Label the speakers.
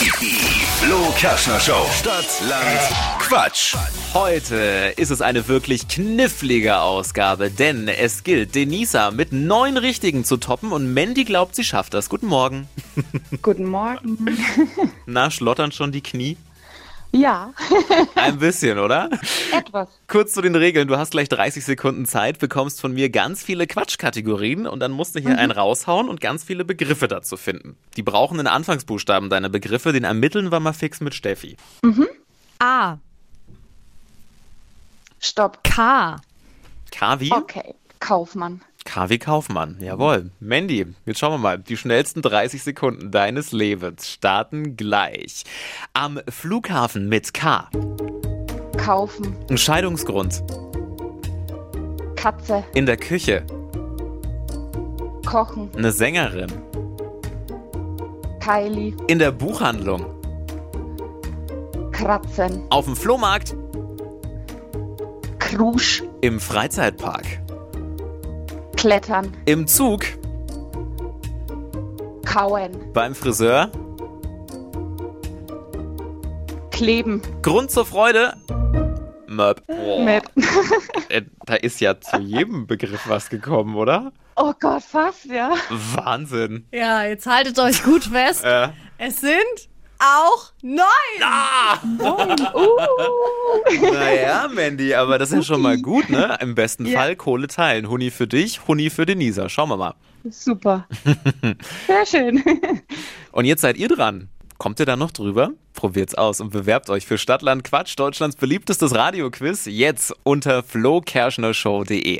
Speaker 1: Die Flo Kerschner Show. Stadt, Land, Quatsch.
Speaker 2: Heute ist es eine wirklich knifflige Ausgabe, denn es gilt, Denisa mit neun Richtigen zu toppen und Mandy glaubt, sie schafft das. Guten Morgen.
Speaker 3: Guten Morgen.
Speaker 2: Na, schlottern schon die Knie?
Speaker 3: Ja,
Speaker 2: Ein bisschen, oder?
Speaker 3: etwas.
Speaker 2: Kurz zu den Regeln. Du hast gleich 30 Sekunden Zeit, bekommst von mir ganz viele Quatschkategorien und dann musst du hier einen raushauen und ganz viele Begriffe dazu finden. Die brauchen einen Anfangsbuchstaben deiner Begriffe, den ermitteln wir mal fix mit Steffi.
Speaker 4: A.
Speaker 3: Stopp.
Speaker 4: K.
Speaker 2: K wie?
Speaker 3: Okay. Kaufmann.
Speaker 2: KW Kaufmann, jawohl. Mandy, jetzt schauen wir mal. Die schnellsten 30 Sekunden deines Lebens starten gleich. Am Flughafen mit K.
Speaker 3: Kaufen.
Speaker 2: Ein Scheidungsgrund.
Speaker 3: Katze.
Speaker 2: In der Küche.
Speaker 3: Kochen.
Speaker 2: Eine Sängerin.
Speaker 3: Kylie.
Speaker 2: In der Buchhandlung.
Speaker 3: Kratzen.
Speaker 2: Auf dem Flohmarkt.
Speaker 3: Krusch.
Speaker 2: Im Freizeitpark.
Speaker 3: Klettern.
Speaker 2: Im Zug.
Speaker 3: Kauen.
Speaker 2: Beim Friseur.
Speaker 3: Kleben.
Speaker 2: Grund zur Freude. Möb. Boah,
Speaker 3: Mit.
Speaker 2: äh, Da ist ja zu jedem Begriff was gekommen, oder?
Speaker 3: Oh Gott, fast, ja.
Speaker 2: Wahnsinn.
Speaker 4: Ja, jetzt haltet euch gut fest.
Speaker 2: Äh,
Speaker 4: Es sind auch neun.
Speaker 2: Naja, Mandy, aber das ist ja schon mal gut, ne? Im besten Fall Kohle teilen. Huni für dich, Huni für Denisa. Schauen wir mal.
Speaker 3: Super. Sehr schön.
Speaker 2: Und jetzt seid ihr dran. Kommt ihr da noch drüber? Probiert's aus und bewerbt euch für Stadtland Quatsch, Deutschlands beliebtestes Radioquiz, jetzt unter flokerschnershow.de.